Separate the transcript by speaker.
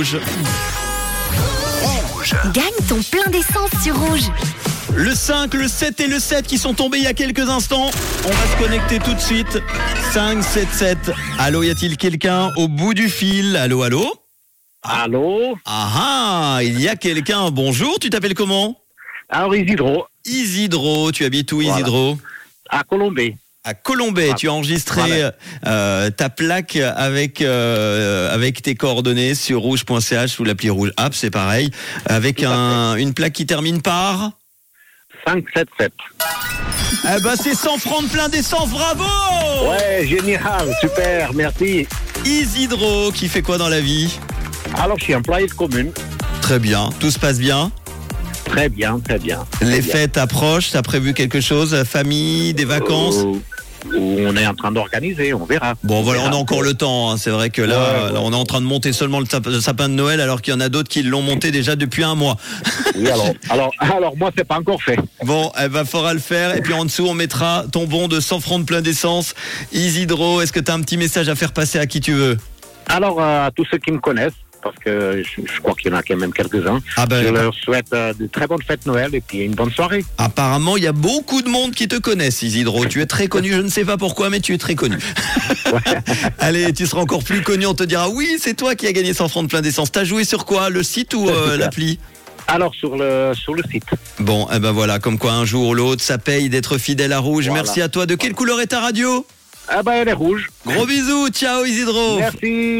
Speaker 1: Rouge.
Speaker 2: Gagne ton plein d'essence sur rouge.
Speaker 1: Le 5, le 7 et le 7 qui sont tombés il y a quelques instants. On va se connecter tout de suite. 5, 7, 7. Allô, y a-t-il quelqu'un au bout du fil Allô, allô
Speaker 3: Allô
Speaker 1: Ah ah, il y a quelqu'un. Bonjour, tu t'appelles comment
Speaker 3: Alors Isidro,
Speaker 1: Isidro, tu habites où Isidro
Speaker 3: à Colombay.
Speaker 1: À Colombay,
Speaker 3: Ah,
Speaker 1: tu as enregistré
Speaker 3: voilà.
Speaker 1: euh, ta plaque avec, euh, avec tes coordonnées sur rouge.ch ou l'appli rouge app, c'est pareil, avec
Speaker 3: Tout à
Speaker 1: un- une plaque qui termine par...
Speaker 3: 577.
Speaker 1: Eh ben c'est 100 francs de plein d'essence, bravo
Speaker 3: Ouais, génial, super, merci.
Speaker 1: Isidro qui fait quoi dans la vie
Speaker 3: Alors je suis employé de commune.
Speaker 1: Très bien, tout se passe bien.
Speaker 3: Très bien, très bien.
Speaker 1: Les
Speaker 3: bien.
Speaker 1: fêtes approchent, t'as prévu quelque chose Famille, des vacances
Speaker 3: Euh, on est en train d'organiser, on verra.
Speaker 1: Bon voilà, on a
Speaker 3: verra.
Speaker 1: encore le temps, hein. c'est vrai que là,
Speaker 3: Ouais, ouais.
Speaker 1: là, on est en train de monter seulement le sap- le sapin de Noël alors qu'il y en a d'autres qui l'ont monté déjà depuis un mois.
Speaker 3: Oui, alors, alors, alors moi, c'est pas encore fait.
Speaker 1: Bon, eh ben faudra le faire et puis en dessous on mettra ton bon de 100 francs de plein d'essence. Isidro, est-ce que t'as un petit message à faire passer à qui tu veux
Speaker 3: Alors, euh, à tous ceux qui me connaissent, parce que je, je crois qu'il y en a quand même quelques-uns,
Speaker 1: Ah
Speaker 3: je
Speaker 1: ben
Speaker 3: leur souhaite euh, de très bonnes fêtes Noël et puis une bonne soirée.
Speaker 1: apparemment il y a beaucoup de monde qui te connaissent Isidro. Tu es très connu, je ne sais pas pourquoi mais tu es très connu. Allez, tu seras encore plus connu, on te dira oui, c'est toi qui as gagné 100 francs de plein d'essence. T'as joué sur quoi Le site ou euh, l'appli
Speaker 3: Alors, sur le, sur le site,
Speaker 1: Bon, eh ben voilà, comme quoi un jour ou l'autre, ça paye d'être fidèle à Rouge.
Speaker 3: Voilà.
Speaker 1: Merci à toi. De quelle couleur est ta radio
Speaker 3: ah ben, elle est rouge.
Speaker 1: Gros bisous, ciao Isidro
Speaker 3: Merci.